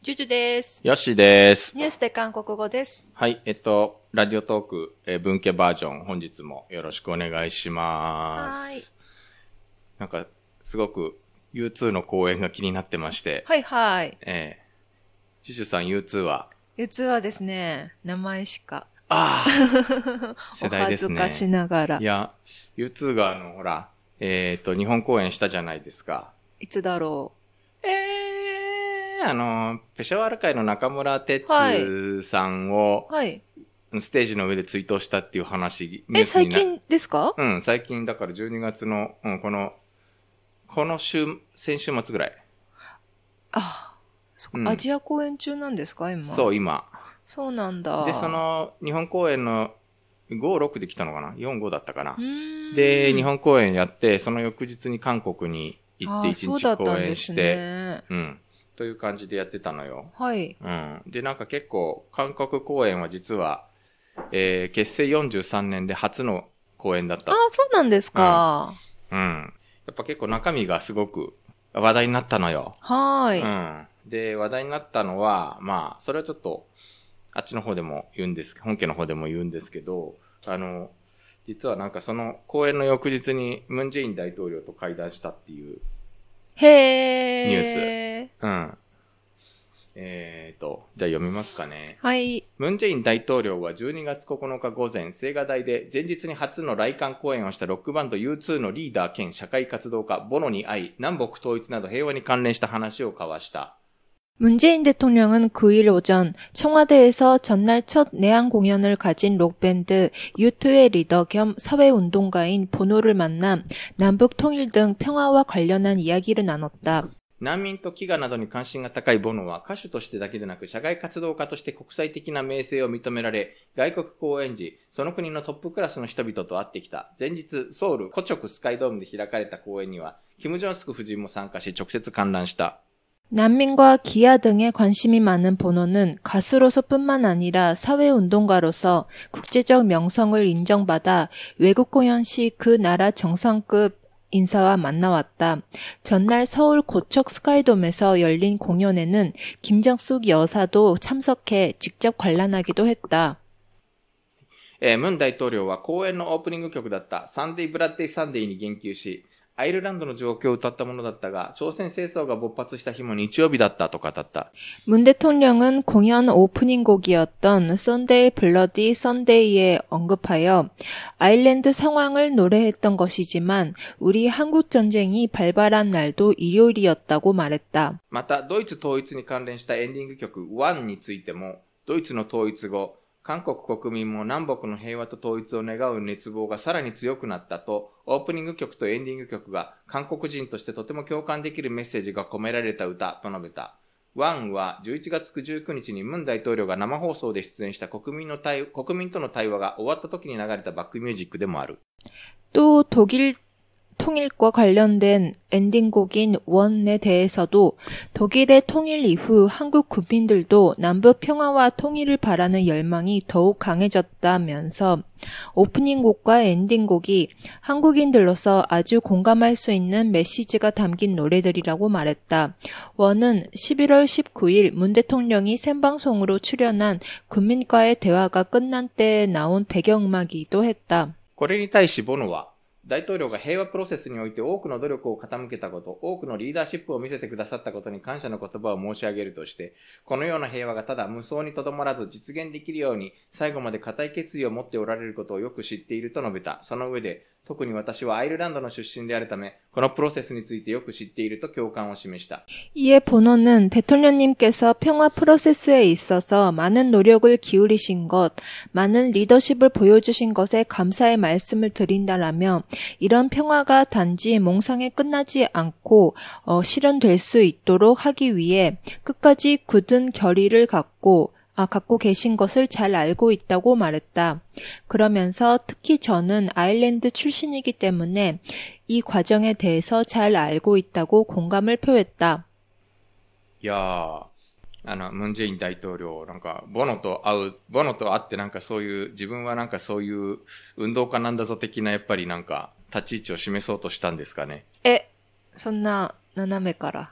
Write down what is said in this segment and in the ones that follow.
ジュジュです。よしです。ニュースで韓国語です。はい、えっと、ラジオトーク、えー文家バージョン、本日もよろしくお願いします。はーい。なんか、すごく U2 の公演が気になってまして、はいはい。えー、シュシュさん U2 は、器はですね、名前しか。ああ世 お代で恥すずね。かしながら。いや、U2 があの、ほら、えーっと、日本公演したじゃないですか。いつだろえー、あの、ペシャワール会の中村は哲さんをう。、はい。ステージの上で追悼したっていう話、ニュえ、ース最にな近ですかうん、最近、だから12月の、うん、この、この週、先週末ぐらい。あ、そっか、うんアジア公演中なんですか今。。そうう、今。そうなんだ。で、そ、の、日本公演の5、6で来たのかな ?4、5だったかなうーん。で、日本公演やって、その翌日に韓国に行あーって1そうだ日った公んで演すして、ね。うん。という感じでやってたのよ。はい。うん。で、なんか結構、韓国公演は実は、えー、結成43年で初の公演だっあたー。そうなんですか。うん。やっぱ結構中身がすごく話題になったのよ。はーい。うん。で、話題になったのは、まあ、それはちょっと、あっちの方でも言うんです、本家の方でも言うんですけど、あの、実はなんかその公演の翌日にムンジェイン大統領と会談したっていう、へー。ニューうん。えーと、じゃあ読みますかね。はい。ムンジェイン大統領は12月9日午前、青瓦台で前日に初の来館公演をしたロックバンド U2 のリーダー兼社会活動家、ボノに会い、南北統一など平和に関連した話を交わした。 문재인 대통령은 그 9일 오전 청와대에서 전날 첫 내한 공연을 가진 록밴드 유투의 리더 겸 사회운동가인 보노를 만나 남북 통일 등 평화와 관련한 이야기를 나눴다. 難民と飢餓などに関心が高いボノは歌手としてだけでなく社会活動家として国際的な名声を認められ、外国公演時、その国のトップクラスの人々と会ってきた。前日、ソウル、コチョクスカイドームで開かれた公演には、キム・ジョンスク夫人も参加し直接観覧した。 난민과 기아 등에 관심이 많은 보노는 가수로서뿐만 아니라 사회운동가로서 국제적 명성을 인정받아 외국 공연 시 그 나라 정상급 인사와 만나왔다. 전날 서울 고척 스카이돔에서 열린 공연에는 김정숙 여사도 참석해 직접 관람하기도 했다. えームン大統領は公演のオープニング曲だったサンデー・ブラッデイ・サンデーに言及し、アイルランドの状況を歌ったものだったが、朝鮮戦争が勃発した日も日曜日だったと語った。 문 대통령은 공연 오프닝 곡이었던 Sunday Bloody Sunday에 언급하여 아일랜드 상황을 노래했던 것이지만 우리 한국 전쟁이 발발한 날도 일요일이었다고 말했다. また、ドイツ統一に関連したエンディング曲、ワンについても、ドイツの統一後、韓国国民も南北の平和と統一を願う熱望がさらに強くなったと、オープニング曲とエンディング曲が韓国人としてとても共感できるメッセージが込められた歌と述べた。ワンは11月19日にムン大統領が生放送で出演した国民の対国民との対話が終わった時に流れたバックミュージックでもある。 또 독일 통일과 관련된 엔딩곡인 원에 대해서도 독일의 통일 이후 한국 국민들도 남북 평화와 통일을 바라는 열망이 더욱 강해졌다면서 오프닝곡과 엔딩곡이 한국인들로서 아주 공감할 수 있는 메시지가 담긴 노래들이라고 말했다. 원은 11월 19일 문 대통령이 생방송으로 출연한 국민과의 대화가 끝난 때에 나온 배경음악이기도 했다. これに対しボノは、大統領が平和プロセスにおいて多くの努力を傾けたこと、多くのリーダーシップを見せてくださったことに感謝の言葉を申し上げるとして、このような平和がただ無双にとどまらず実現できるように、最後まで固い決意を持っておられることをよく知っていると述べた。その上で、特に私はアイルランドの出身であるため、このプロセスについてよく知っていると共感を示した。 이에 보노는 대통령님께서 평화 프로세스에 있어서 많은 노력을 기울이신 것, 많은 리더십을 보여주신 것에 감사의 말씀을 드린다라며 이런 평화가 단지 몽상에 끝나지 않고 어, 실현될 수 있도록 하기 위해 끝까지 굳은 결의를 갖고 아, 갖고 계신 것을 잘 알고 있다고 말했다. 그러면서 특히 저는 아일랜드 출신이기 때문에 이 과정에 대해서 잘 알고 있다고 공감을 표했다. いやー、あの、ムンジェイン大統領、なんか、ボノと会う、ボノと会ってなんかそういう、自分はなんかそういう運動家なんだぞ的な、やっぱりなんか、立ち位置を示そうとしたんです かね。 에, 선나 나나메 까라.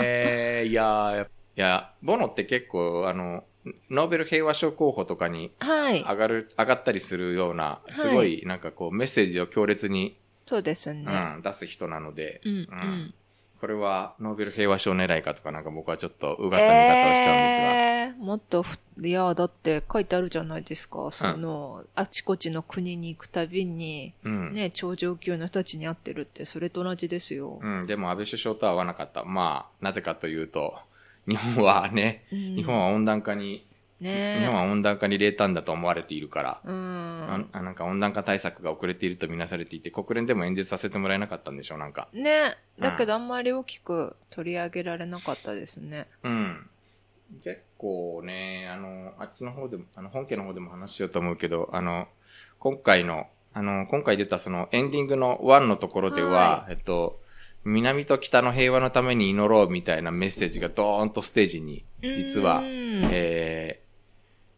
えー、いやー、やっいや、ボノって結構、あの、ノーベル平和賞候補とかにはい。上がる、上がったりするような、すごい、なんかこう、メッセージを強烈に、そうですね。うん、出す人なので、うん、うん、うんこれはノーベル平和賞狙いかとか、なんか僕はちょっとうがった見方をしちゃうんですが、えー、もっとふ、いや、だって書いてあるじゃないですか。その、あちこちの国に行くたびに、うん。ね、超上級の人たちに会ってるって、それと同じですよ。うん、でも安倍首相とは合わなかった。まあ、なぜかというと、日本はね、うん日本は温暖化に、日本ねは温暖化に冷淡だと思われているから、うあん。あなんか温暖化対策が遅れているとみなされていて、国連でも演説させてもらえなかったんでしょう、なんか。ね、だけどあんまり大きく取り上げられなかったですね。うん。結構ね、あの、あっちの方でも、あの、本家の方でも話しようと思うけど、あの、今回の、あの、今回出たそのエンディングの1のところでは、はえっと、南と北の平和のために祈ろうみたいなメッセージがドーンとステージに、実はうん、えー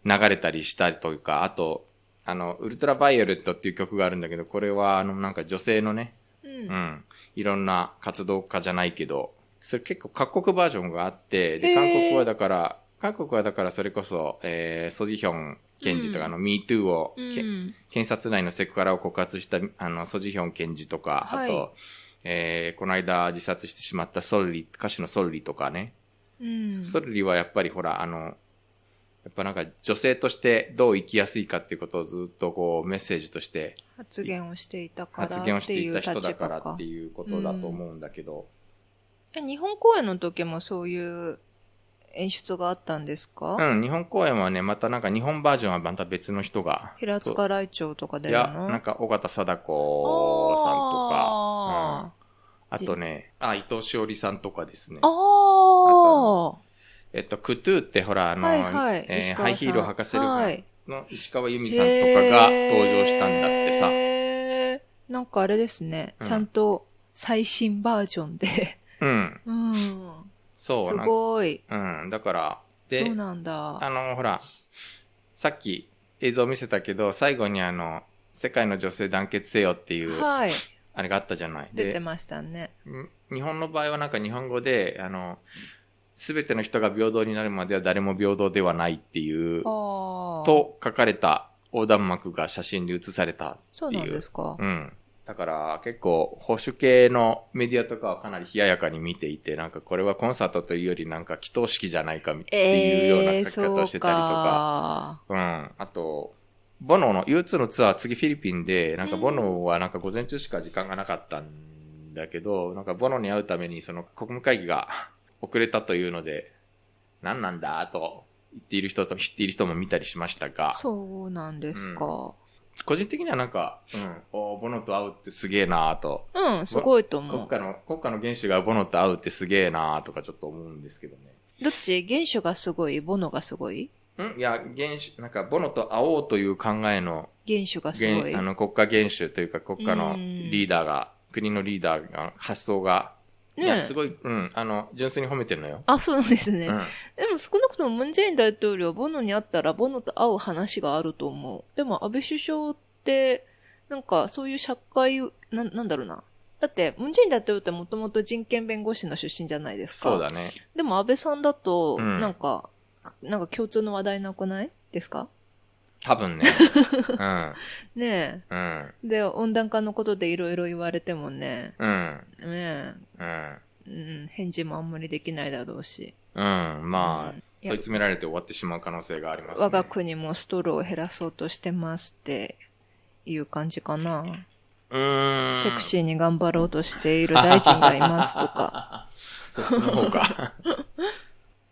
流れたりしたりというか、あと、あの、ウルトラバイオレットっていう曲があるんだけど、これは、あの、なんか女性のね、うんうん。いろんな活動家じゃないけど、それ結構各国バージョンがあって、へーで、韓国はだから、韓国はだからそれこそ、えー、ソジヒョン検事とかあの MeToo を、うけん。検察内のセクハラを告発した、あの、ソジヒョン検事とか、はいあと、えー、この間自殺してしまったソルリ、歌手のソルリとかね。うん。ソルリはやっぱりほら、あの、やっぱなんか女性としてどう生きやすいかっていうことをずっとこうメッセージとして発言をしていたから発言っをしてていいうた立場人だかからっていうことだと思うんだけど、え日本公演の時もそういう演出があったんですか、うん、日本公演はね、またなんか日本バージョンはまた別の人が。平そ塚来長とかう出いるのや、なんか尾形貞子さんとか、うんあとね、あ、伊藤しおりさんとかですねあ。ーあえっと、クトゥーってほら、あーの、はいはい、えー石川さんハイヒールを履かせるはい、の石川由美さんとかが登場したんだってさ。へーなんかあれですね、うんちゃんと最新バージョン でうん、うんそう、すなんかごいうん、だから、でそう、なんだあの、ほら、さっき映像見せたけど、最後にあの、世界の女性団結せよっていう、はいあれがあったじゃない。出でてましたねん日本の場合はなんか日本語で、あの、すべての人が平等になるまでは誰も平等ではないっていう、ああと書かれた横断幕が写真で写されたっていう。そうなんですかうん。だから結構保守系のメディアとかはかなり冷ややかに見ていて、なんかこれはコンサートというよりなんか祈祷式じゃないかっていうような書き方をしてたりとか。うん。あと、ボノの U2 のツアー次フィリピンで、なんかボノはなんか午前中しか時間がなかったんだけど、なんかボノに会うためにその国務会議が 遅れたというので、何なんだと言っている人と知っている人も見たりしましたが、そうなんですか。個人的にはなんか、うん、おーボノと会うってすげえなーと、うん、すごいと思国う。家の、国家の元首がボノと会うってすげえなーとかちょっと思うんですけどね。どっち原種がすごいボノがすごいんいや、元首、なんかボノと会おうという考えの原種がすごい元あ。の国家元首というか国家のリーダーが、国のリーダーが発想が、いや、ねすごい、うん、あの、純粋に褒めてるのよ。あ、そうなんですね。うん。でも少なくともムンジェイン大統領はボノに会ったらボノと会う話があると思う。でも安倍首相って、なんかそういう社会、なんなんだろうな。だって、ムンジェイン大統領ってもともと人権弁護士の出身じゃないですか。そうだね。でも安倍さんだと、うんなんか、なんか共通の話題なくないですか多 分ね。うん。ねうん。え。で、温暖化のことでいろいろ言われてもね、うん。ねえ、うん。うん、返事もあんまりできないだろうし。うん。まあ、うんい問いや詰められて終わってしまう可能性があります、ね。我が国もストローを減らそうとしてますっていう感じかな。うーん。セクシーに頑張ろうとしている大臣がいますと か。そっちの 方が。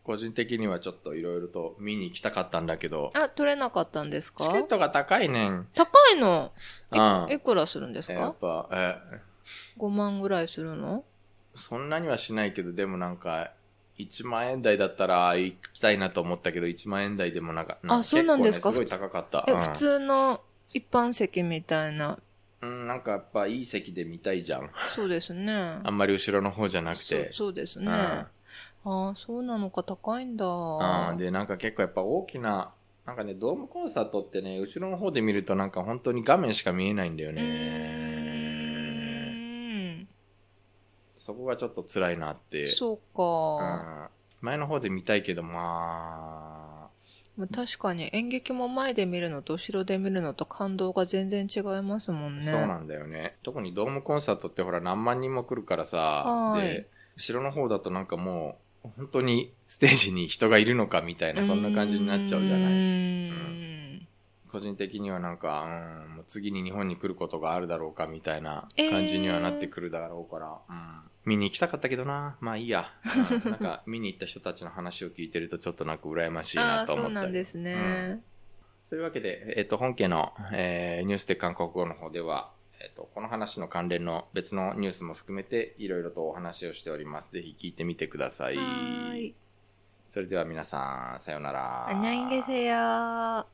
個人的にはちょっといろいろと見に行きたかったんだけど、あ、取れなかったんですかチケットが高いねん。高いのうん。いくらするんですやかっぱ、え、 ?5 万ぐらいするのそんなにはしないけど、でもなんか、1万円台だったら行きたいなと思ったけど、1万円台でもなんか、あそうなんですか結構ねすごい高かった。え、うん普通の一般席みたいな。うん、なんかやっぱいい席で見たいじゃん。そうですねあ。んまり後ろの方じゃなくそうて。そうですうね。ああ、そうなのか高いんだ。んうん。で、なんか結構やっぱ大きな、なんかね、ドームコンサートってね、後ろの方で見るとなんか本当に画面しか見えないんだようね。ーん。そこがちょっと辛いなって。そううか。ん。前の方で見たいけど、まあ、まあ確かに演劇も前で見るのと後ろで見るのと感動が全然違いますもんね。そうなんだよね。特にドームコンサートってほら何万人も来るからさ、はいで、後ろの方だとなんかもう、本当にステージに人がいるのかみたいな、そんな感じになっちゃうじうゃない。ーん個人的にはなんか、うん、もう次に日本に来ることがあるだろうかみたいなえー感じにはなってくるだろうから、うん。見に行きたかったけどな。まあいいや。うんなんか見に行った人たちの話を聞いてるとちょっとなんか羨ましいあな あ、と思そったうりなんですうんね。というわけで、えっ、と、本家の、えーニュースで韓国語の方では、えっ、と、この話の関連の別のニュースも含めて、いろいろとお話をしております。ぜひ聞いてみてください。はーい。それでは皆さん、さようなら。 안녕히 계세요.